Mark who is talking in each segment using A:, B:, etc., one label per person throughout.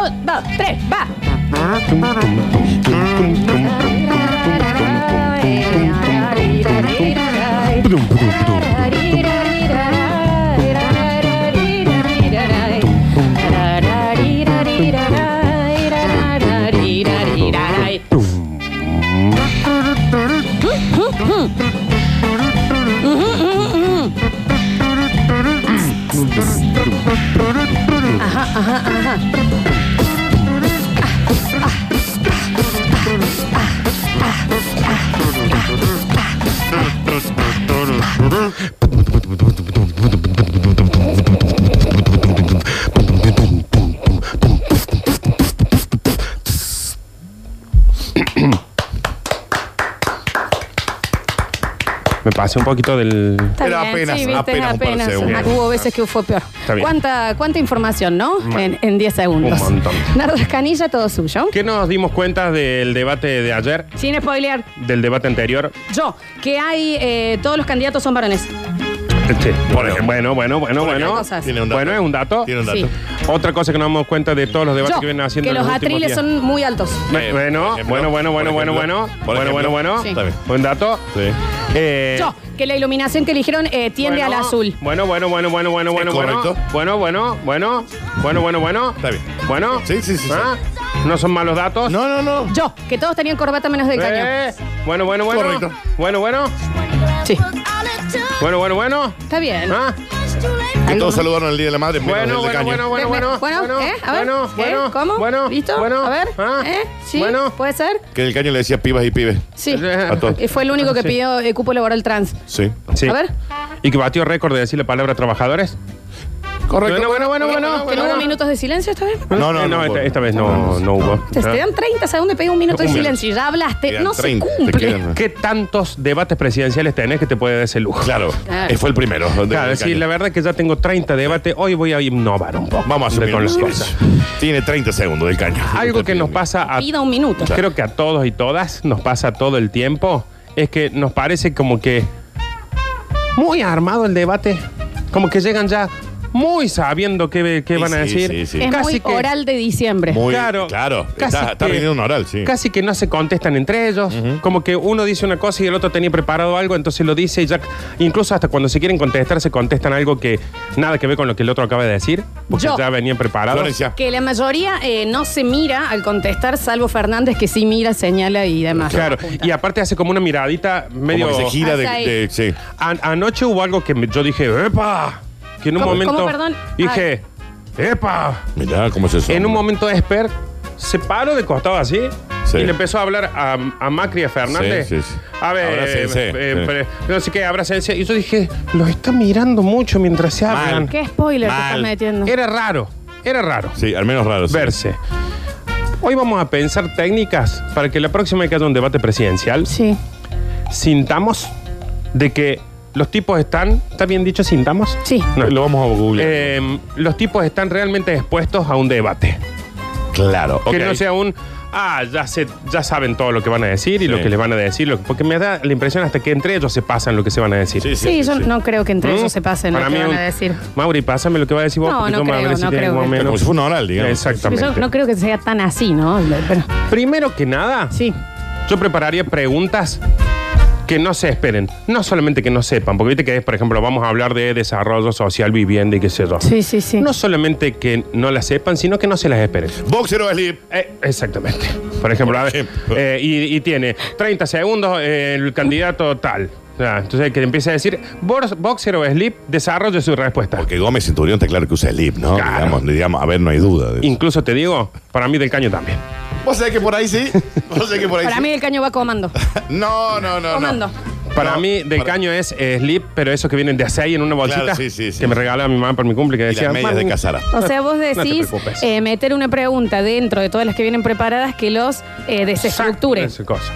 A: Un, dos, tres, va.
B: Me pasé un poquito del.
A: Está
C: Era
A: bien,
C: apenas-
A: sí, viste,
C: apenas un par de segundos.
A: Ah, Hubo veces que fue peor.
B: Está bien.
A: ¿Cuánta, cuánta información, no?
B: Ma-
A: En en 10 segundos.
B: Un montón.
A: Nardo Escanilla, todo suyo.
B: ¿Qué nos dimos cuenta del debate de ayer?
A: Sin spoilear,
B: Del debate anterior.
A: yo, que hay, eh, todos los candidatos son varones.
B: Sí, por
C: ejemplo.
B: Bueno, bueno, bueno,
A: ejemplo.
B: bueno.
A: Cosas.
C: Tiene un dato.
B: Bueno, es un dato.
C: Tiene un dato.
A: Sí.
B: Otra cosa que nos damos cuenta de todos los debates
A: Yo,
B: que vienen haciendo
A: que
B: en
A: los,
B: últimos
A: atriles
B: días.
A: son muy altos.
B: Me- Bueno,
C: Por ejemplo,
B: bueno, bueno, bueno,
C: por
B: bueno,
C: ejemplo,
B: bueno.
C: por
B: Bueno,
C: ejemplo.
B: bueno, bueno.
A: Sí.
C: Está bien.
B: Buen dato.
C: Sí.
B: Eh,
A: Yo, que la iluminación que eligieron eh, tiende
B: bueno,
A: al azul.
B: Bueno, bueno, bueno, bueno, bueno, bueno, bueno.
C: correcto.
B: Bueno, bueno, bueno, bueno, bueno, bueno.
C: Está bien.
B: Bueno.
C: Sí, sí, sí,
B: ¿Ah? No son malos datos.
C: No, no, no.
A: Yo, que todos tenían corbata menos del cañón.
B: Eh, Bueno, bueno, bueno.
C: Correcto.
B: Bueno, bueno.
A: Sí.
B: Bueno, bueno, bueno.
A: Está bien.
B: ¿Ah?
C: Que todos saludaron el Día de la Madre. menos
B: Bueno,
C: el de
B: bueno,
C: Caño.
B: bueno, bueno, bueno,
A: Bueno, ¿eh? A ver,
B: bueno,
A: ¿eh?
B: bueno,
A: ¿Cómo?
B: bueno,
A: ¿Listo?
B: bueno,
A: a ver,
B: ah,
A: ¿eh? ¿Sí?
B: bueno. Eh,
A: ¿Puede ser?
C: Que el Caño le decía pibas y pibes.
A: Sí.
B: A
C: todos.
A: Y fue el único que
B: Sí.
A: pidió eh, cupo laboral trans.
C: Sí.
B: Sí.
A: A ver.
B: Y que batió récord de decir la palabra trabajadores.
C: Correcto.
B: Bueno, bueno, bueno, bueno.
A: ¿Que no hubo minutos de silencio esta vez?
C: No, no,
B: Eh,
C: no,
B: esta,
C: bueno.
B: esta vez no, no hubo.
A: Te, te dan 30 segundos, pedí un minuto de
B: Ah. Un
A: silencio y ya hablaste.
C: Quedan
A: No se
C: 30, te
A: cumple.
C: quedan.
B: ¿Qué tantos debates presidenciales tenés que te puede dar ese lujo?
C: Claro.
A: Claro.
C: Eh, Fue el primero. el de-
B: Claro,
C: el
B: sí,
C: Caño.
B: la verdad es que ya tengo 30 debates. Hoy voy a innovar un poco.
C: Vamos a
B: de
C: subir
B: con las cosas.
C: Tiene 30 segundos del Caño.
B: Algo que nos pasa a
A: Pida un minuto.
B: creo que a todos y todas nos pasa todo el tiempo, es que nos parece como que muy armado el debate, como que llegan ya muy sabiendo qué, qué
C: Sí,
B: van a
C: sí,
B: decir.
C: sí, sí.
A: Es
B: Casi
A: muy
B: que-
A: oral de diciembre.
C: Muy,
B: Claro.
C: claro. Claro.
B: Casi
C: Está, está
B: que-
C: rindiendo un oral, sí.
B: Casi que no se contestan entre ellos, como que uno dice una cosa y el otro tenía preparado algo, entonces lo dice y ya, incluso hasta cuando se quieren contestar, se contestan algo que nada que ver con lo que el otro acaba de decir, porque
A: Yo.
B: ya venían preparados.
C: Florencia.
A: Que la mayoría eh, no se mira al contestar, salvo Fernández, que sí mira, señala y demás.
B: Claro,
A: Apunta.
B: y aparte hace como una miradita medio...
C: Como que se gira de,
A: Hasta ahí.
C: de- Sí.
B: An- anoche hubo algo que me- yo dije, ¡epa! Que en un
A: ¿Cómo-
B: momento.
A: cómo, perdón?
B: Dije, ¡epa!
C: Mirá cómo se
B: En un momento, Esper se paró de costado así
C: Sí.
B: y le empezó a hablar a, a Macri y a Fernández.
C: Sí, sí, sí.
B: A ver,
C: Abrácense,
B: eh, eh,
C: sí.
B: pero- no sé qué, abrácense. Y yo dije, lo está mirando mucho mientras se
C: Mal.
B: hablan.
A: ¿Qué spoiler te
C: Mal.
A: estás metiendo?
B: Era raro, era raro
C: Sí, al menos raro. sí.
B: verse. Hoy vamos a pensar técnicas para que la próxima vez que haya un debate presidencial,
A: Sí.
B: sintamos de que los tipos están, ¿está bien dicho sintamos?
A: Sí.
B: No.
C: Lo vamos a googlear.
B: Eh, los tipos están realmente expuestos a un debate.
C: claro. ok.
B: Que no sea un, ah, ya, sé- ya saben todo lo que van a decir y
C: Sí.
B: lo que les van a decir. lo que- porque me da la impresión hasta que entre ellos se pasan lo que se van a decir.
C: Sí, sí,
A: Sí,
C: sí,
A: yo
C: sí.
A: no creo que entre
B: ¿Mm?
A: ellos se pasen lo
B: Para
A: que
B: mí
A: van
B: un-
A: a decir.
B: Mauri, pásame lo que va a decir vos.
A: No,
B: porque
A: no
B: yo me
A: creo,
B: hablé si
A: no
B: tiene
A: creo
B: más o
A: que-
B: menos.
C: Como si fuera un oral, digamos.
B: Exactamente.
A: Yo no creo que sea tan así, ¿no? Pero-
B: Primero que nada,
A: sí.
B: yo prepararía preguntas que no se esperen. No solamente que no sepan, porque viste que es, por ejemplo, vamos a hablar de desarrollo social, vivienda y qué sé yo.
A: Sí, sí, sí.
B: No solamente que no las sepan, sino que no se las esperen.
C: Boxer o slip.
B: Eh, exactamente. Por ejemplo, a ver,
C: ejemplo.
B: eh, y, y tiene 30 segundos eh, el candidato tal. O sea, entonces que empiece a decir, "Bor- boxer o slip, desarrolle su respuesta.
C: Porque Gómez Centurión está claro que usa slip, ¿no?
B: Claro.
C: Digamos, digamos, a ver, no hay duda. de eso.
B: Incluso te digo, para mí del caño también.
C: Vos sabés que por ahí sí. Vos sabés que por ahí
A: Para
C: sí.
A: mí el caño va comando.
C: No, no, no.
A: Comando.
C: no.
B: Para
C: No,
B: mí del
C: para-
B: caño es eh, slip, pero esos que vienen de a seis en una bolsita
C: Claro, sí, sí, sí.
B: que me regalaba mi mamá por mi cumple que
C: Y
B: decía,
C: las medias de
B: "Mami,
C: Casara.
A: O sea, vos
B: te
A: decís
B: preocupes.
A: eh, meter una pregunta dentro de todas las que vienen preparadas que los eh, desestructure.
B: Exacto, esa cosa.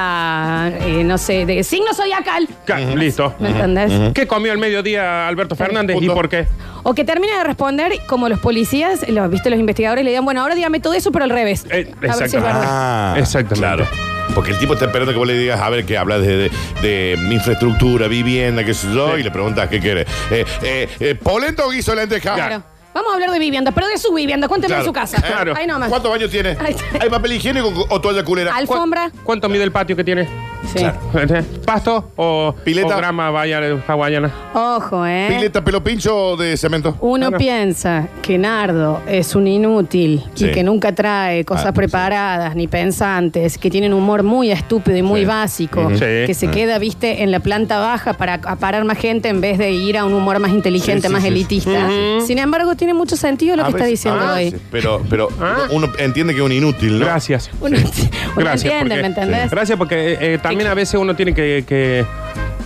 A: Onda, eh, no sé, de signo zodiacal.
B: ca- listo.
A: ¿Me entendés?
B: ¿Qué comió al mediodía Alberto Fernández y
C: Punto.
B: por qué?
A: O que termine de responder como los policías, los, viste, los investigadores le digan, bueno, ahora dígame todo eso, pero al revés.
B: Eh,
A: A ver si es
B: exactamente.
A: verdad.
C: Ah,
B: Exactamente.
C: Claro. Porque el tipo está esperando que vos le digas, a ver, que hablas de, de, de infraestructura, vivienda, qué sé yo,
B: Sí.
C: y le preguntas qué quiere. Eh, eh, eh, ¿Polenta o guiso de lenteja?
A: Claro. Vamos a hablar de vivienda, pero de su vivienda. Cuénteme
C: Claro.
A: de su casa.
B: Claro.
A: Ahí nomás.
C: ¿Cuántos baños tiene?
A: Ahí está.
C: ¿Hay papel higiénico o toalla culera?
A: Alfa. Alfombra.
B: ¿Cuánto mide el patio que tiene?
A: Sí.
C: Claro.
B: ¿Pasto o,
C: Pileta.
B: o grama vaya- hawaiana?
A: Ojo, ¿eh?
C: ¿Pileta pelo pincho o de cemento?
A: Uno
B: Claro.
A: piensa que Nardo es un inútil
C: Sí.
A: y que nunca trae cosas
C: Ah, sí.
A: preparadas ni pensantes, que tiene un humor muy estúpido y muy
C: Sí.
A: básico,
B: Ujú. Sí.
A: que se
B: Ah.
A: queda, viste, en la planta baja para aparar más gente en vez de ir a un humor más
C: Sí,
A: inteligente,
C: sí,
A: más
C: sí, Ah, pues sí.
A: elitista.
B: Ujú.
A: Sin embargo, tiene mucho sentido lo
C: A
A: que está
C: veces,
A: diciendo
C: a
A: hoy.
C: veces, Pero, pero
B: Ah.
C: uno entiende que es un inútil, ¿no?
B: Gracias.
A: Uno, uno
B: Gracias.
A: Pues entiende,
B: porque-
A: ¿me entendés?
B: Gracias porque eh, eh, también a veces uno tiene que, que-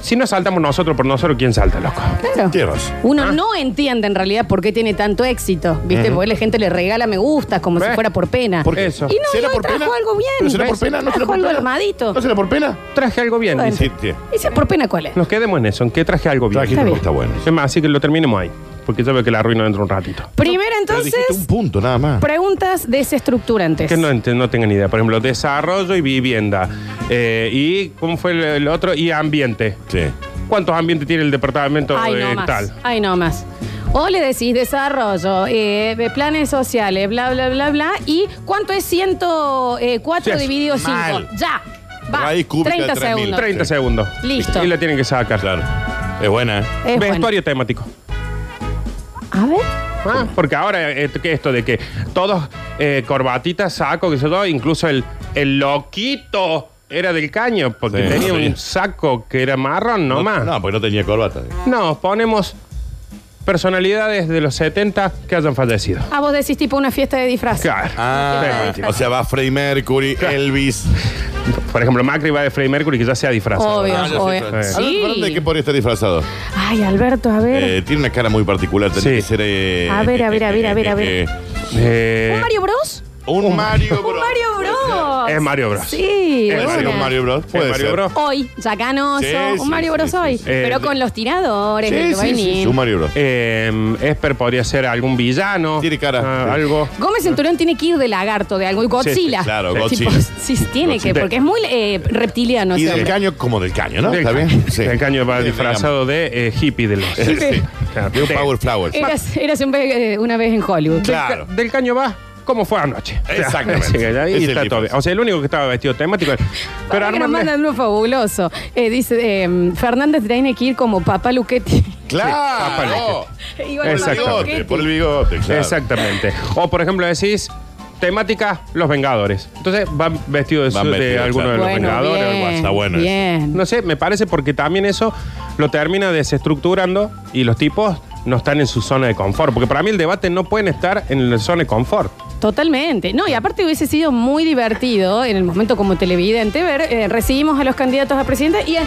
B: Si no saltamos nosotros por nosotros, ¿quién salta, loco?
A: Claro.
C: Tierras.
B: Ah.
A: Uno no entiende en realidad por qué tiene tanto éxito, ¿viste? Porque la gente le regala me gustas como
B: ¿Ves?
A: si fuera por pena.
C: ¿Por qué?
B: Eso.
A: Y no, y hoy trajo algo bien.
C: ¿Pero será por pena? ¿No será
A: Trajo
C: por
A: algo
C: pena?
A: armadito.
C: ¿No será por pena?
B: Traje algo bien,
A: Bueno.
B: dice.
C: Sí, sí.
A: ¿Y si es por pena cuál es?
B: Nos quedemos en eso, en que traje algo bien.
C: Trajiste
A: Está
C: algo
A: bien.
C: que está bueno.
B: Es más, así que lo terminemos ahí. Porque yo veo que la arruino dentro de un ratito.
A: Primero,
C: Pero
A: entonces,
C: dijiste un punto nada más.
A: preguntas desestructurantes.
B: Que no, ent- no tengan idea. Por ejemplo, desarrollo y vivienda. Eh, ¿Y cómo fue el, el otro? Y ambiente.
C: Sí.
B: ¿Cuántos ambientes tiene el departamento
A: Ay,
B: eh,
A: no más.
B: tal?
A: Ay, no más. O le decís desarrollo, eh, de planes sociales, bla, bla, bla, bla. ¿Y cuánto es 104
B: Sí,
A: dividido 5?
C: mal.
A: Ya. Va.
C: Raíz cúbica de
A: 30
C: 3.000.
A: segundos.
B: 30
C: Sí.
B: segundos.
A: Listo.
B: Y la tienen que sacar.
C: Claro. Es buena, ¿eh?
A: Es bueno.
B: Vestuario temático.
A: A ver.
B: Ah, porque ahora eh, que esto de que todos eh, corbatitas, saco, que se todo, incluso el, el loquito era del caño, porque
C: Sí,
B: tenía
C: no tenía.
B: un saco que era marrón nomás. No,
C: No, porque no tenía corbata.
B: ponemos personalidades de los 70 que hayan fallecido.
A: Ah, vos decís tipo una fiesta de disfraz.
B: Claro.
C: Ah,
B: Sí.
C: o sea, va Freddie Mercury, Elvis.
B: Por ejemplo, Macri va de Freddie Mercury que ya sea disfrazado.
A: Obvio,
C: Ah, ya sé,
A: obvio.
C: Alberto Fernández, ¿de qué podría estar disfrazado?
A: Ay, Alberto, a ver.
C: Eh, tiene una cara muy particular. Tiene
B: Sí.
C: que ser. eh,
A: A ver, a ver, a ver, a ver, a ver.
C: eh,
B: Eh,
A: ¿Un Mario Bros?
C: un Mario Bros.
A: Un Mario Bros.
B: Es Mario Bros.
A: Sí.
B: Es
C: Puede ser
A: una.
C: un Mario Bros. Puede
B: Es Mario
C: ser.
B: Bros.
A: Hoy, ya ganoso,
C: Sí, sí,
A: un Mario Bros
C: sí,
A: hoy.
C: sí, sí.
A: Pero
B: Eh,
A: con los tiradores, el
C: Sí, sí, sí,
A: vainilla.
C: sí, un Mario Bros.
B: eh, Esper podría ser algún villano.
C: Tiene cara.
B: Ah,
C: Sí.
B: Algo.
A: Gómez Centurión tiene que ir de lagarto de algo. y Godzilla.
C: sí, claro,
A: Tipo,
C: Godzilla.
A: sí, sí, tiene que,
B: Godzilla.
A: porque es muy eh, reptiliano.
C: Y
A: ese
C: del
A: hombre.
C: caño, como del caño, ¿no?
B: Del
C: ¿Está
B: caño.
C: bien? Sí.
B: El caño va
C: Sí,
B: disfrazado de eh, hippie de los.
C: digamos. Sí.
B: Claro.
C: De un
B: Sí.
C: Power Flower.
A: Eras, eras un ve- eh, una vez en Hollywood.
C: Claro.
B: Del caño va como fue anoche.
C: Exactamente.
B: O sea, ahí
C: Es el
B: está
C: tipo
B: todo bien.
C: ese.
B: O sea, el único que estaba vestido temático era- Pero
A: Para que nos
B: armarle-
A: mandan uno fabuloso. Eh, dice, eh, Fernández tiene que ir como papá Luquetti.
C: Claro.
A: Igual que
C: Oh, Por el
A: Papá
B: Exactamente.
C: bigote,
A: Luchetti.
C: por el bigote. claro.
B: Exactamente. O por ejemplo decís, temática Los Vengadores. Entonces van vestidos de,
C: Van
B: su- de
C: vestidos,
B: alguno de
C: claro.
B: los
A: Bueno,
B: Vengadores. o algo
A: bien,
B: así.
C: Está bueno eso.
A: Bien.
B: No sé, me parece porque también eso lo termina desestructurando y los tipos no están en su zona de confort. Porque para mí el debate no pueden estar en la zona de confort.
A: Totalmente. No, y aparte hubiese sido muy divertido en el momento como televidente ver, eh, recibimos a los candidatos a presidente y eh,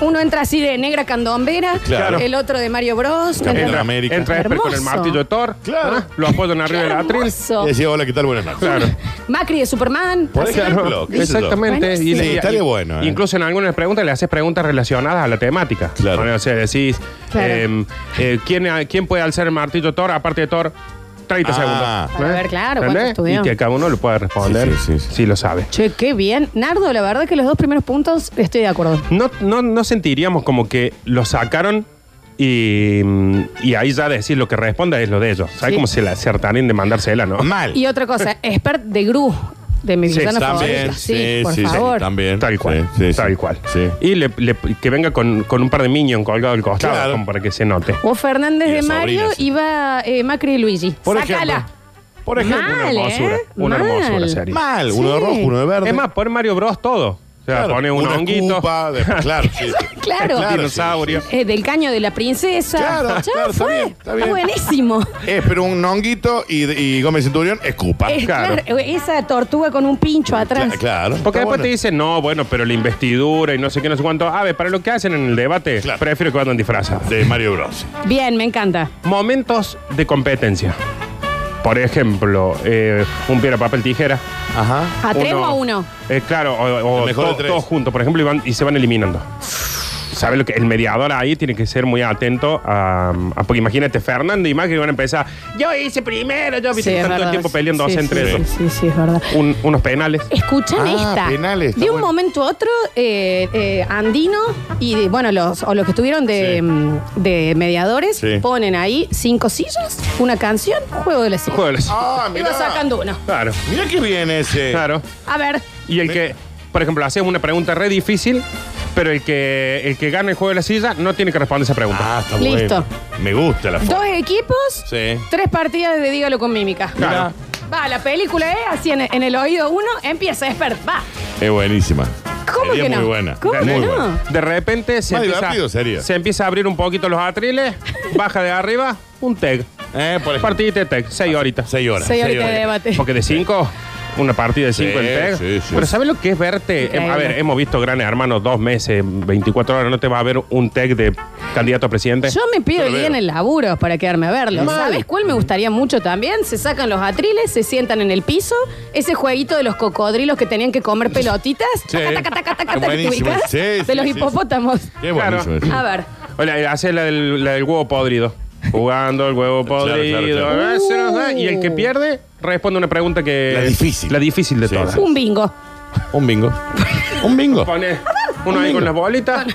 A: uno entra así de negra candombera,
C: Claro.
A: el otro de Mario Bros.
C: Capitán
A: ¿entendés?
B: Entra,
C: América.
B: entra Esper con el
A: Hermoso.
B: martillo de Thor.
C: Claro.
B: ¿ah? Lo apoyan arriba de la atril.
A: Hermoso.
C: Y decía, hola, ¿qué tal? Buenas noches.
B: Claro.
A: Macri de Superman.
C: Por
A: Así-
C: ejemplo, qué sé yo.
B: exactamente.
A: Buenísimo.
C: Sí, estaría bueno, eh.
B: Incluso en algunas preguntas le haces preguntas relacionadas a la temática.
C: Claro.
B: Bueno, o sea, decís,
A: Claro.
B: eh, eh, ¿quién, a- ¿quién puede alzar el martillo Thor aparte de Thor? 30
C: Ah.
B: segundos. ¿Eh?
A: Para ver, claro, cuánto
B: ¿Entendés?
A: estudió.
B: Y que cada uno lo pueda responder
C: Sí, sí, sí, sí.
B: si lo sabe.
A: Che, qué bien. Nardo, la verdad que los dos primeros puntos estoy de acuerdo.
B: No, no, no sentiríamos como que lo sacaron y, y ahí ya decís lo que responda es lo de ellos. ¿Sabes
A: Sí.
B: cómo se la acertarían de mandársela, no?
C: Mal.
A: Y otra cosa, expert de Gru, de mi
B: Sí,
A: villano favorito.
C: También,
A: Sí, por favor.
C: también.
B: Tal cual.
C: Sí, sí, sí.
B: tal cual.
C: Sí.
B: Y le- le- que venga con, con un par de minions colgado al costado
C: Claro.
B: como para que se note.
A: O Fernández
C: Y
A: de
C: las
A: Mario
C: sobrinas.
A: iba eh, Macri y Luigi.
C: Por
A: Sácala.
C: ejemplo. Por ejemplo.
A: Mal,
B: una hermosura.
A: ¿eh?
B: Una
A: Mal.
B: hermosura sería.
C: Mal, uno de
A: Sí.
C: rojo, uno de verde.
B: Es más, pon Mario Bros todo. O sea,
C: Claro,
B: pone un
C: una
B: honguito.
C: escupa, de- claro, sí.
A: Claro.
B: un
A: Claro,
B: dinosaurio.
A: Eh, del caño de la princesa.
C: Claro,
A: Ya
C: claro, está
A: fue.
C: bien, está bien.
A: buenísimo.
C: Eh, pero un honguito y, y Gómez Centurión escupa.
A: Eh,
B: Claro.
A: claro, Esa tortuga con un pincho atrás.
C: Ah, Cla- claro.
B: Porque
C: Está
B: después
C: bueno.
B: te dicen, no, bueno, pero la investidura y no sé qué, no sé cuánto. A ver, para lo que hacen en el debate,
C: Claro.
B: prefiero que vayan disfrazados.
C: De Mario Bros.
A: Bien, me encanta.
B: Momentos de competencia. Por ejemplo, eh, un piedra, papel, tijera.
C: Ajá.
A: ¿A tres o a uno?
B: Eh, claro, o, o
C: El mejor de
B: to-
C: tres.
B: todos juntos, por ejemplo, y, van- y se van eliminando. ¿Sabe lo que? El mediador ahí tiene que ser muy atento a. a- porque imagínate, Fernando y Macri van a empezar. Yo hice primero, yo
A: Sí,
B: hice
A: es
B: tanto
A: verdad.
B: tiempo peleándose
A: Sí,
B: entre
A: sí,
B: ellos.
A: Sí, sí, sí, es verdad.
B: Un- unos penales.
A: Escuchan
C: Ah,
A: esta.
C: penales, está
A: de un
C: bueno.
A: momento a otro, eh, eh, Andino y de- bueno, los, o los que estuvieron de,
C: Sí.
A: mm, de mediadores
C: Sí.
A: ponen ahí cinco sillas, una canción, juego de la silla.
B: Juegos.
C: Ah,
A: Y va
C: mira.
A: sacando uno.
B: Claro,
C: Mira que bien ese.
B: claro.
A: A ver,
B: Y el que, por ejemplo, hacemos una pregunta re difícil, pero el que, el que gana el juego de la silla no tiene que responder esa pregunta.
C: Ah, está
A: Listo.
C: bueno. Me gusta la foto.
A: dos equipos,
C: Sí.
A: tres partidas de Dígalo con Mímica.
B: Claro.
A: Va, la película es así en, en el oído uno, empieza expert, va.
C: Es buenísima.
A: ¿Cómo
C: Sería
A: que no?
C: muy buena.
A: ¿Cómo
C: Muy
A: que no?
C: buena.
B: De repente se
C: Más
B: empieza,
C: divertido sería.
B: se empieza a abrir un poquito los atriles, baja de arriba, un tag.
C: Eh, por ejemplo.
B: Partidita de tag,
C: Ah,
B: seis horitas.
C: Seis horas.
A: Seis
C: seis
A: horitas de
C: horas.
A: debate.
B: Porque de cinco, una partida de cinco
C: Sí,
B: en tag.
C: sí, sí.
B: Pero ¿sabes lo que es verte?
A: Increíble.
B: Eh, A ver, hemos visto Gran Hermano dos meses, 24 horas, no te va a ver un tag de candidato a presidente.
A: Yo me pido
C: Yo lo
A: el día
C: veo.
A: en el laburo para quedarme a verlo.
B: Mal.
A: ¿Sabes cuál me gustaría mucho también? Se sacan los atriles, se sientan en el piso, ese jueguito de los cocodrilos que tenían que comer pelotitas,
C: Sí.
A: taca, taca, taca, taca, taca, ¿te
C: Buenísimo.
A: ubicas?
C: Sí,
A: de
C: sí,
A: los
C: sí,
A: hipopótamos.
C: Qué
B: Claro.
C: buenísimo ese.
A: A ver,
B: Hola, hace la del, la del huevo podrido. Jugando el huevo
C: Claro, claro,
B: podrido.
C: claro.
B: Eh, se nos da. Y el que
A: Uh.
B: pierde responde una pregunta que.
C: La difícil.
B: La difícil de
C: Sí,
B: todas.
C: sí.
A: un bingo.
C: Un bingo. Un bingo.
B: Pone uno ahí con las bolitas.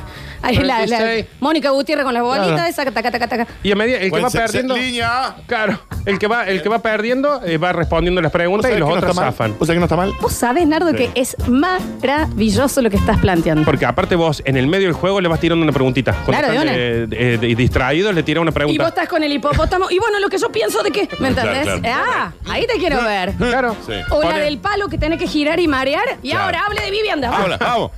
A: Ahí la, la-
B: 36.
A: Mónica Gutiérrez con las
B: Claro.
A: bolitas, taca, taca, taca, taca.
B: Y a medida el que
C: Buen
B: va
C: se- se-
B: perdiendo.
C: Línea.
B: Claro, el que va, el que va perdiendo eh, va respondiendo las preguntas y los
C: ¿Vos sabés que no
B: otros
C: está mal?
B: zafan.
C: ¿Vos sabés que no está mal?
A: Vos sabés, Nardo, que es maravilloso lo que estás planteando.
B: Porque aparte vos, en el medio del juego le vas tirando una preguntita.
A: Claro, de
B: están,
A: una.
B: eh, eh, de- distraídos le tira una
A: Y vos
B: pregunta.
A: estás con el hipopótamo. Y bueno, lo que yo pienso de que. ¿Me
C: Claro,
A: entendés?
C: claro.
A: Ah, ahí te quiero ver.
B: Claro.
C: Sí.
A: O la
B: Pone-
A: del palo que tiene que girar y marear. Y
C: Claro.
A: ahora hable de vivienda. va.
C: Hola, vamos.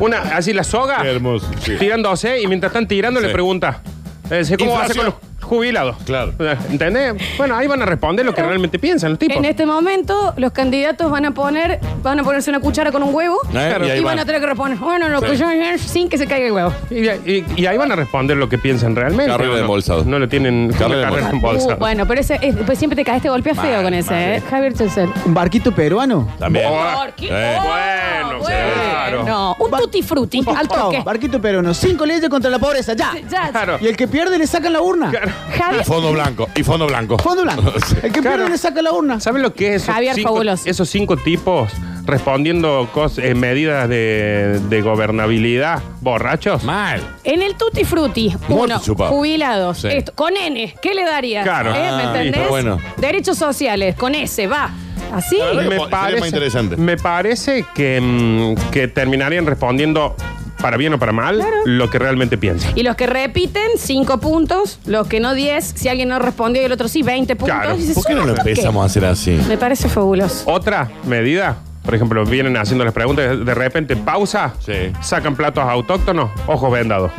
B: Una, así la soga.
C: Qué hermoso, sí.
B: Tirándose y mientras están tirando
C: Sí.
B: le pregunta. eh, ¿Cómo va a ser con
C: Inflación.
B: los jubilados? Eh,
C: Claro.
B: ¿Entendés? Bueno, ahí van a responder lo que realmente piensan los tipos.
A: En este momento, los candidatos van a poner, van a ponerse una cuchara con un huevo
C: Eh, y
A: y,
C: ahí
A: van
C: van.
A: a tener que responder, bueno, lo
C: Sí.
A: que yo sin que se caiga el huevo.
B: Y, y- y ahí van a responder lo que piensan realmente.
C: Carrera
B: ¿o
C: de
B: no?
C: embolsado.
B: No lo tienen
C: Carrera
B: una
C: de
B: carrera
C: embolsado.
B: embolsada.
A: Uh, bueno, pero ese, es- pues siempre te caes, te golpeas feo
C: Mal,
A: con ese,
C: mal,
A: ¿eh?
C: sí.
A: Javier Chesel.
D: ¿Un barquito peruano?
C: También.
B: Buah,
A: ¿Por qué?
C: eh.
A: Oh,
B: Bueno, claro.
A: No, un tutti frutti,
C: Oh,
A: al toque.
D: Barquito peruano. Cinco leyes contra la pobreza, ya.
A: Ya,
B: Claro.
D: Y el que pierde le sacan la urna.
B: Claro.
A: Javier,
C: Fondo blanco. Y fondo blanco.
D: Fondo blanco.
C: Sí.
D: El que
B: Claro.
D: pierde le saca la urna.
B: ¿Saben lo que es esos,
A: Javier
B: cinco,
A: Fabuloso.
B: esos cinco tipos respondiendo cos- eh, medidas de, de gobernabilidad borrachos?
C: Mal.
A: en el tutti frutti,
C: Muerto
A: uno,
C: chupado.
A: jubilados,
C: Sí.
A: esto, con N, ¿qué le darías?
B: Claro.
A: ¿Eh? ¿Me
B: Ah,
A: entendés?
C: está bueno.
A: Derechos sociales, con S, va. Así.
C: La verdad que sería más interesante.
B: me parece que, mm, que terminarían respondiendo para bien o para mal lo que realmente piensan.
A: Y los que repiten, 5 puntos. Los que no, 10. Si alguien no respondió y el otro sí, 20 puntos.
B: Claro.
A: Y dices,
C: ¿Por qué no lo
A: "Ah, ¿qué?".
C: empezamos a hacer así?
A: Me parece fabuloso.
B: Otra medida, por ejemplo, vienen haciendo las preguntas, de repente pausa,
C: Sí.
B: sacan platos autóctonos, ojos vendados.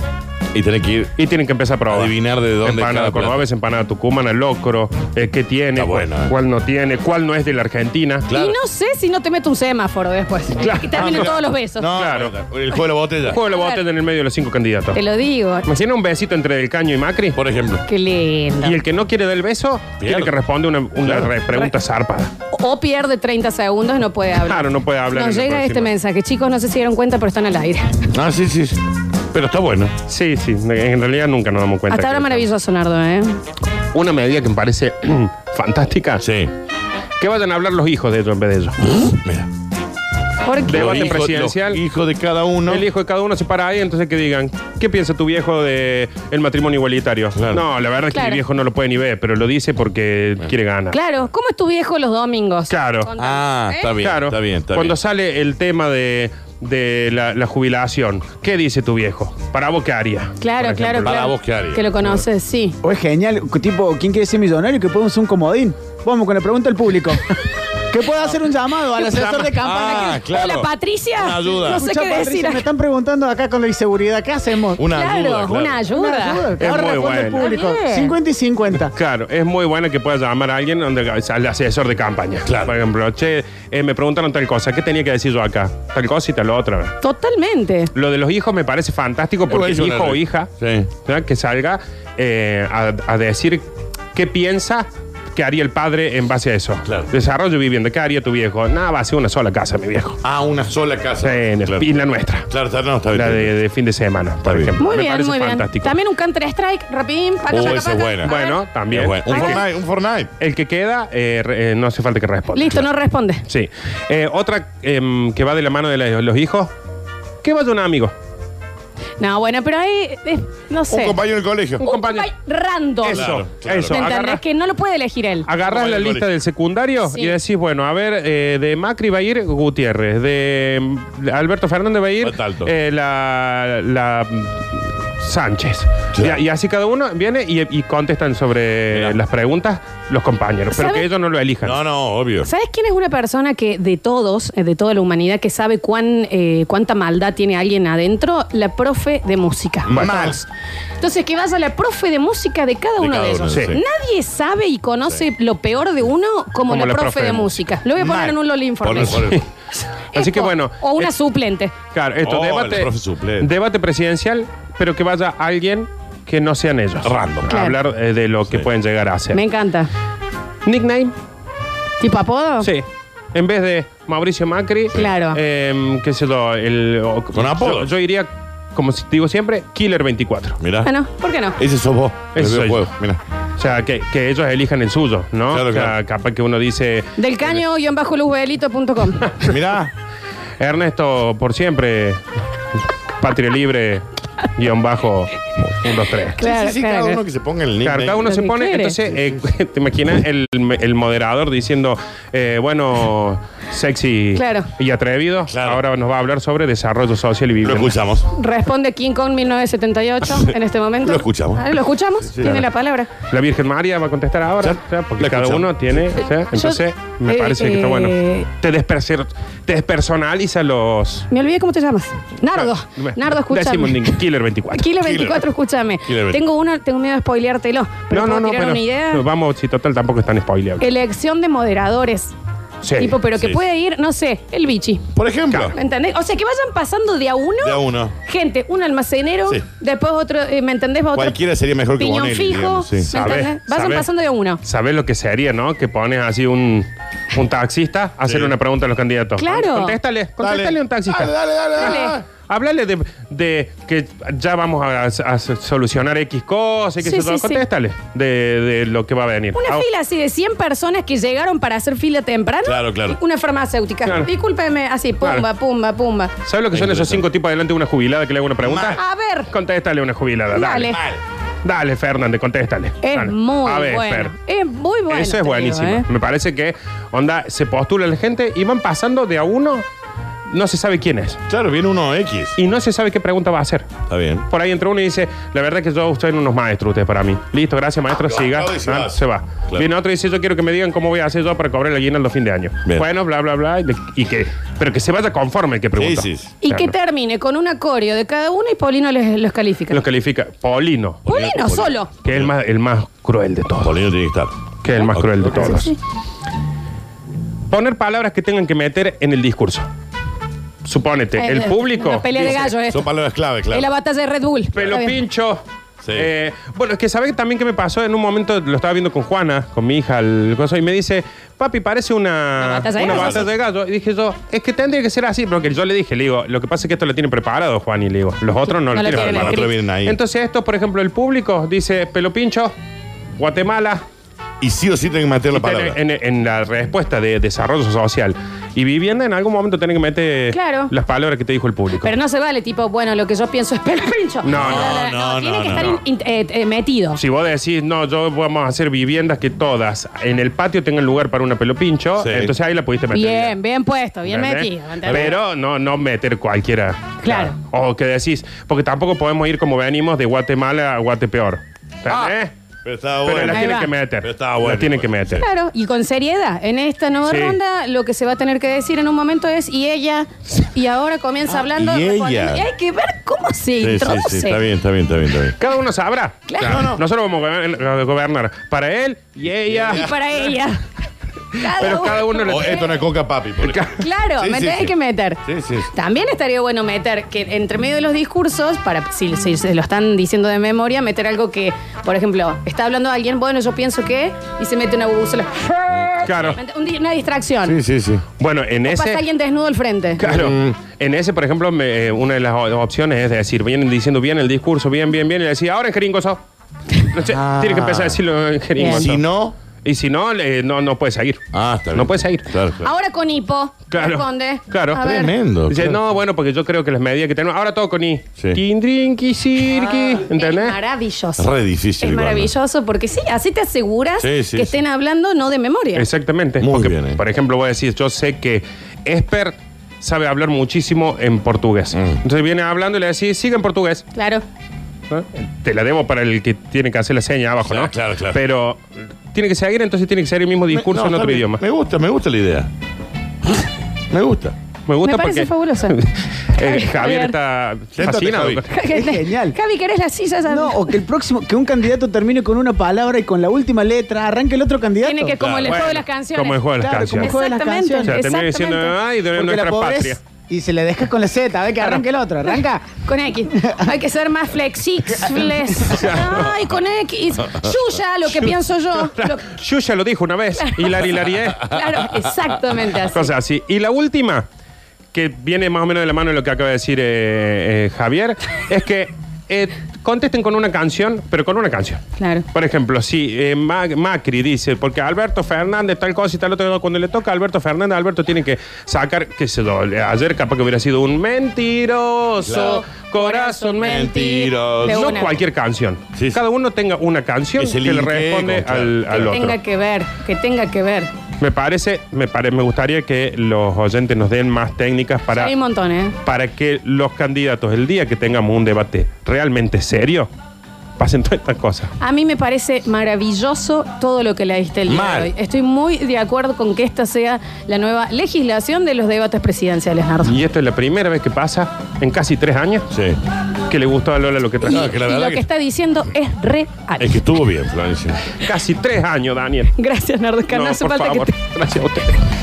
C: Y tener que ir.
B: Y tienen que empezar a probar.
C: Adivinar de dónde
B: Empanada
C: cada plato.
B: cordobesa, empanada tucumana, locro, eh, qué tiene,
C: Está bueno,
B: cuál,
C: eh.
B: cuál no tiene, cuál no es de la Argentina.
C: Claro.
A: Y no sé si no te meto un semáforo después.
B: Claro.
A: Y terminen
C: Ah, mira.
A: todos los besos.
C: No,
B: Claro.
C: El juego de la botella.
B: Juego de la botella en el medio de los cinco candidatos.
A: Te lo digo.
B: Imagina un besito entre el caño y Macri.
C: Por ejemplo.
A: Qué lindo.
B: Y el que no quiere dar el beso, tiene
C: Pierde.
B: que responder una, una
C: Claro.
B: re- pregunta zarpada.
A: O pierde 30 segundos y no puede hablar.
B: Claro, no puede hablar
A: Nos
B: en la
A: llega este
B: próxima.
A: mensaje. Chicos, no sé si dieron cuenta, pero están al aire.
C: Ah, sí, sí. sí. Pero está bueno.
B: Sí, sí, en realidad nunca nos damos cuenta.
A: Hasta ahora
B: que-
A: maravilloso, Nardo, ¿eh?
B: Una medida que me parece fantástica.
C: Sí.
B: Que vayan a hablar los hijos de ellos en vez de ellos.
C: Mira.
A: Porque
B: De- Debate
C: Los hijos-
B: presidencial.
C: los hijos de cada uno.
B: El hijo de cada uno se para ahí, entonces que digan, ¿qué piensa tu viejo de el matrimonio igualitario?
C: Claro.
B: No, la verdad es que
A: Claro.
B: mi viejo no lo puede ni ver, pero lo dice porque quiere ganar.
A: Claro, ¿cómo es tu viejo los domingos?
B: Claro.
C: Ah,
A: ¿Eh?
C: está bien.
B: Claro.
C: Está bien, está
B: Cuando
C: bien.
B: sale el tema de, de la, la jubilación, ¿qué dice tu viejo? ¿Para vos qué haría?
A: Claro,
B: Por
A: claro,
B: ejemplo.
A: claro.
C: Para vos, ¿qué haría?
A: Que lo conoces, sí.
D: O es genial, tipo, ¿quién quiere ser millonario? Que podemos hacer un comodín. Vamos con la pregunta al público. que pueda hacer un llamado al asesor de campaña.
C: Ah, claro.
A: Hola, Patricia.
C: Una ayuda.
A: No sé
D: Escuchá,
A: qué
D: Patricia,
A: decir.
D: Me están preguntando acá con la inseguridad. ¿Qué hacemos?
C: Una
A: claro,
C: ayuda. claro.
A: una ayuda.
D: Una ayuda.
B: Es
D: Ahora
B: muy
D: responde el
B: bueno.
D: público.
A: Está bien.
D: 50 y 50.
B: Claro, es muy bueno que pueda llamar a alguien donde, al asesor de campaña.
C: Claro.
B: Por ejemplo, che, eh, me preguntaron tal cosa, ¿qué tenía que decir yo acá? Tal cosa y tal otra.
A: Totalmente.
B: Lo de los hijos me parece fantástico
C: Bueno,
B: porque
C: es una
B: hijo o
C: red.
B: hija
C: Sí.
B: ¿verdad? que salga eh, a, a decir qué piensa ¿Qué haría el padre en base a eso?
C: Claro.
B: Desarrollo de vivienda. ¿Qué haría tu viejo? Nada, va a ser una sola casa, mi viejo.
C: Ah, una sola
B: Sí,
C: casa.
B: en el-
C: claro.
B: Y la nuestra.
C: Claro, está- no, está bien.
B: La de, de fin de semana, por
C: bien.
B: ejemplo.
A: Muy
B: Me
A: bien,
B: parece
A: muy bien.
B: fantástico.
A: También un Counter Strike, rapim, paca,
C: Oh,
A: paca,
C: esa es
A: paca.
C: buena.
A: A ver.
B: Bueno, también.
C: Bueno, un
A: Acá.
C: Fortnite, un Fortnite.
B: El que queda, eh, re- eh, no hace falta que responda.
A: Listo, no responde.
B: Sí. Eh, otra em, que va de la mano de la- los hijos. Que vaya un amigo.
A: No, bueno, pero ahí, eh, no sé.
C: Un compañero del colegio.
B: Un compañero.
A: compañ- Random.
B: Eso,
C: Claro, claro.
B: eso.
A: ¿Me entendés?
B: Agarras,
A: Que no lo puede elegir él.
B: agarras
C: Como
B: la
C: en el
B: lista
C: colegio.
B: del secundario
A: Sí.
B: y decís, bueno, a ver, eh, de Macri va a ir Gutiérrez, de mm, de Alberto Fernández va a ir
C: Batalto.
B: eh, la, la, mm, Sánchez.
C: Claro.
B: Y, y así cada uno viene y, y contestan sobre
C: Mirá.
B: las preguntas los compañeros, pero
A: ¿Sabe?
B: que ellos no lo elijan.
C: No, no, obvio.
A: ¿Sabes quién es una persona que de todos, eh, de toda la humanidad, que sabe cuán, eh, cuánta maldad tiene alguien adentro? La profe de música.
C: Mal.
A: Todos. Entonces, que vas a la profe de música de cada
C: De
A: uno
C: cada
A: de
C: uno,
A: ellos.
C: sí.
A: Nadie sabe y conoce lo peor de uno como, la, profe, de música. Lo voy a poner
C: Mal.
A: en un Loli Informe.
C: Ponlo, ponlo.
B: Así que
A: Esto,
B: bueno.
A: O una
B: eh,
A: suplente.
B: Claro, esto,
C: Oh, el
B: debate,
C: profe suplente.
B: debate presidencial, pero que vaya alguien que no sean ellos.
C: Random.
B: A hablar eh, de lo que
C: Sí.
B: pueden llegar a hacer.
A: Me encanta.
B: Nickname,
A: ¿Tipo apodo?
B: sí. En vez de Mauricio Macri,
A: Claro.
B: em, qué sé yo, el, o-
C: Con apodo.
B: yo, yo iría, como si- digo siempre, Killer 24.
C: Mirá.
A: Ah, no, ¿por qué no?
C: Ese sos vos.
B: Ese
C: El
B: soy yo.
C: videojuego, Mirá.
B: O sea, que, que ellos elijan el suyo, ¿no?
C: Claro,
B: o sea,
C: claro.
B: capaz que uno dice,
A: Del caño guión bajo luzbelito.com.
C: Mirá.
B: Ernesto, por siempre, patria libre, guión bajo, 1, 2, 3.
A: Claro,
C: sí, sí,
A: claro,
C: cada
A: claro.
C: uno que se ponga el
B: Claro,
C: nickname.
B: cada uno
A: Lo
B: se
A: que
B: pone,
A: quiere.
B: entonces, eh, ¿te imaginas el, el moderador diciendo, eh, bueno, sexy
A: Claro.
B: y atrevido?
C: Claro.
B: Ahora nos va a hablar sobre desarrollo social y
C: Lo
B: vivienda.
C: escuchamos.
A: Responde King Kong 1978 en este momento.
C: Lo escuchamos.
A: Ah, ¿Lo escuchamos? Tiene la palabra.
B: La Virgen María va a contestar ahora,
C: Ya,
B: o sea, porque
C: la
B: cada
C: escuchamos.
B: uno tiene, o sea, entonces, me
A: eh,
B: parece que está
A: eh,
B: bueno. Te, despercer- te despersonaliza los...
A: Me olvidé cómo te llamas. Nardo.
C: Ah,
B: Bueno,
A: Nardo,
B: decimos
A: escúchame.
B: Nick- Killer 24.
A: Kilo 24, escúchame.
C: Kilo 24.
A: Tengo uno, tengo miedo de spoileártelo. Pero
B: no, no, no,
A: tirar
B: pero
A: una idea.
B: no, vamos, si total tampoco están spoileables.
A: Elección de moderadores.
B: Sí.
A: tipo, pero que
C: sí.
A: puede ir, no sé, el bichi.
C: Por ejemplo.
A: ¿Me entendés? O sea, que vayan pasando de a uno.
C: De a uno.
A: Gente, un almacenero,
C: Sí.
A: después otro, eh, ¿me entendés? Va otro
C: Cualquiera sería mejor que
A: piñón
C: Bonelli,
A: fijo.
C: digamos, sí.
A: ¿me
B: Sabe,
A: entendés? Vayan
B: sabe.
A: pasando de a uno.
B: ¿Sabes lo que se haría, no? Que pones así un, un taxista a hacerle una pregunta a los candidatos.
A: Claro.
B: Contéstale, contéstale
C: Dale.
B: a un taxista.
C: Dale, dale, dale, dale.
A: Dale.
B: Háblale de, de que ya vamos a, a solucionar X cosas y que
A: Sí,
B: se todo.
A: sí, sí.
B: Contéstale de, de lo que va a venir.
A: Una
B: Ah,
A: fila así de 100 personas que llegaron para hacer fila temprano.
C: Claro, claro.
A: Una farmacéutica.
B: Claro.
A: Discúlpeme, así, pumba,
B: Claro.
A: pumba, pumba.
B: ¿Sabes lo que son esos
C: Interesante.
B: cinco tipos adelante de una jubilada que le haga una pregunta?
C: Mal.
A: A ver.
B: Contéstale a una jubilada. Dale.
A: Dale.
B: Dale, Fernández, contéstale.
A: Es
B: Dale.
A: muy
B: A ver,
A: bueno.
B: Fer.
A: Es muy bueno.
B: Eso
A: te
B: es buenísimo.
A: digo, ¿eh?
B: Me parece que, onda, se postula la gente y van pasando de a uno, no se sabe quién es.
C: Claro, viene uno X.
B: Y no se sabe qué pregunta va a hacer.
C: Está bien.
B: Por ahí entra uno y dice, la verdad que yo ustedes son unos maestros ustedes para mí. Listo, gracias maestro,
C: Claro,
B: siga.
C: claro, y se
B: Ah,
C: va.
B: se va.
C: Claro.
B: Viene otro y dice, yo quiero que me digan cómo voy a hacer yo para cobrar la guina los fin de año.
C: Bien.
B: Bueno, bla, bla, bla. y le- Y que, pero que se vaya conforme el que pregunta.
C: Sí, sí.
A: Y
B: Claro.
A: que termine con un acorio de cada uno y Paulino les, los califica.
B: Los califica Paulino,
A: Paulino,
C: Paulino.
A: solo.
B: que es el más, el más cruel de todos.
C: Polino tiene que estar.
B: Que es el más
C: Ok,
B: cruel de
C: ok.
B: todos. Poner palabras que tengan que meter en el discurso. Suponete,
A: Eh,
B: el
A: eh,
B: público.
A: Una pelea de
B: dice,
A: gallo, eh.
C: Son palabras clave,
A: Es la
C: claro.
A: batalla de Red Bull.
B: Pelo
A: Está bien.
B: pincho.
C: Sí.
B: Eh, bueno, es que sabés también que me pasó en un momento, lo estaba viendo con Juana, con mi hija, el coso, y me dice, papi, parece una,
A: Una batalla de gallos".
B: batalla de gallo. Y dije yo, es que tendría que ser así, porque yo le dije, le digo, lo que pasa es que esto lo tiene preparado, Juan, y le digo, los otros
A: No
B: no, lo
A: lo
B: tienen
A: tienen
B: preparado.
C: Para otro vienen ahí.
B: Entonces, esto, por ejemplo, el público dice, pelo pincho, Guatemala,
C: Y sí o sí tienen que meter la palabra.
B: en, en- en la respuesta de desarrollo social y vivienda, en algún momento tienen que meter
A: Claro.
B: las palabras que te dijo el público.
A: Pero no se vale, tipo, bueno, lo que yo pienso es pelo pincho.
B: No,
C: no, no,
A: Tiene
C: no,
A: que
C: no,
A: estar
C: no.
A: in- in- eh, eh, metido.
B: Si vos decís, no, yo vamos a hacer viviendas que todas en el patio tengan lugar para una pelo pincho,
C: Sí.
B: entonces ahí la pudiste meter.
A: Bien, bien puesto, bien
B: ¿Entendés?
A: metido. ¿entendés?
B: Pero no, no meter cualquiera.
A: Claro.
B: O que decís, porque tampoco podemos ir como venimos de Guatemala a Guatepeor. ¿Entendés?
C: Pero estaba
B: Pero
C: Ah. bueno.
B: las
A: Ahí
B: tienen
A: va.
B: que meter.
C: Pero estaba bueno,
B: Las tienen
C: bueno.
B: que meter.
A: Claro, y con seriedad. En esta nueva
B: Sí.
A: ronda, lo que se va a tener que decir en un momento es, y ella, y ahora comienza hablando.
C: Ah, y ella.
A: respondiendo, y hay que ver cómo se
C: Sí, sí,
A: introduce.
C: sí. Está bien, está bien, está bien, está bien.
B: Cada uno sabrá.
A: Claro.
B: Nosotros vamos a gober- a gobernar para él y ella.
A: Y para ella. Cada
B: Pero cada uno
C: O
B: lo
C: Oh, esto no es coca papi. por ejemplo.
A: Claro,
C: Sí,
A: me
C: sí,
A: tenés
C: sí.
A: que meter.
C: Sí, sí. sí.
A: También estaría bueno meter que entre medio de los discursos, para si, si se lo están diciendo de memoria, meter algo que, por ejemplo, está hablando alguien, bueno, yo pienso que, y se mete una bubuzola.
B: Claro.
A: Un di- Una distracción.
C: Sí, sí, sí.
B: Bueno, en
A: O
B: ese.
A: Pasa alguien Mm. desnudo al frente.
B: Claro. En ese, por ejemplo, me- eh, una de las o- opciones es decir, vienen diciendo bien el discurso, bien, bien, bien, y le decía, ahora en jeringoso. No sé, Tiene que empezar a decirlo en jeringoso.
C: Ah. Si no.
B: Y si no, le- no, no puede seguir.
C: Ah, está bien.
B: No puede seguir.
C: Claro, claro.
A: Ahora con hipo,
B: Claro.
A: responde.
B: Claro.
A: A ver.
C: Tremendo.
B: Dice,
C: claro.
B: no, bueno, porque yo creo que las medidas que tenemos. Ahora todo con I.
C: Sí.
B: Kindrinki, sirki.
A: Es
B: ¿Entendés?
A: maravilloso.
C: Es re difícil,
A: Es
C: Ivana.
A: maravilloso porque sí, así te aseguras
C: Sí, sí,
A: que
C: sí.
A: estén hablando no de memoria.
B: Exactamente.
C: Muy
B: Porque,
C: bien, eh.
B: Por ejemplo, voy a decir, yo sé que Esper sabe hablar muchísimo en portugués.
C: Mm.
B: Entonces viene hablando y le decís, sigue en portugués.
A: Claro.
B: ¿no? Te la debo para el que tiene que hacer la seña abajo,
C: Claro,
B: ¿no?
C: claro, claro.
B: Pero tiene que seguir, entonces tiene que ser el mismo
C: Me-
B: discurso
C: no,
B: en
C: está
B: otro
C: bien.
B: idioma.
C: Me gusta, me gusta la idea. Me gusta.
B: Me gusta
A: Me parece
B: porque.
A: fabuloso.
B: Eh,
A: Javier.
B: Javier está
C: Siéntate,
B: fascinado.
C: Javi.
D: Es genial.
A: Javi, ¿querés la silla? Ya-
D: No, o que el próximo, que un candidato termine con una palabra y con la última letra arranque el otro candidato.
A: Tiene que, como el
B: Claro,
A: juego de
B: bueno,
A: las canciones.
B: como el juego de las
D: Claro, como el
B: canciones.
D: juego de las
A: Exactamente.
B: O
D: canciones.
B: sea, termina diciendo, ay, de
D: Porque
B: nuestra
D: la pobreza-
B: patria.
D: Y se le dejas con la Z, a ver que arranque el otro, arranca.
B: "Ah".
A: Con X. Hay que ser más flexibles. Ay, con X. Yuya, lo que pienso yo. Lo-
B: Yo ya lo dijo una vez, Hilari Larié.
A: claro, exactamente así.
B: Cosas así. Y la última, que viene más o menos de la mano de lo que acaba de decir eh, eh, Javier, es que eh, contesten con una canción, pero con una canción.
A: Claro.
B: Por ejemplo, si eh, Ma- Macri dice, porque Alberto Fernández tal cosa y tal otro, cuando le toca a Alberto Fernández, Alberto tiene que sacar, que se lo, ayer capaz que hubiera sido un mentiroso, corazón mentiroso.
C: Mentiroso.
A: De
B: No
A: una.
B: cualquier canción.
C: Sí, sí.
B: Cada uno tenga una canción
C: Que se
B: que, le
C: linkee
B: responde
C: con-
B: al,
C: claro,
B: al
C: que
B: otro.
A: Tenga que ver, que tenga que ver.
B: Me parece, me pare- me gustaría que los oyentes nos den más técnicas para,
A: Hay un montón, ¿eh?
B: para que los candidatos, el día que tengamos un debate realmente serio, pasen todas estas cosas.
A: A mí me parece maravilloso todo lo que leíste el día
C: Mal.
A: de hoy. Estoy muy de acuerdo con que esta sea la nueva legislación de los debates presidenciales, Nardo.
B: Y esto es la primera vez que pasa en casi tres años
C: Sí.
B: que le gustó a Lola lo que trajo.
C: No, que la
A: Y
C: verdad
A: lo que
C: que-
A: está diciendo es real.
C: Es que estuvo bien, Florencia.
B: Casi tres años, Daniel.
A: Gracias, Nardo. que no, hace
B: por
A: falta
B: favor.
A: que te...
B: Gracias a ustedes.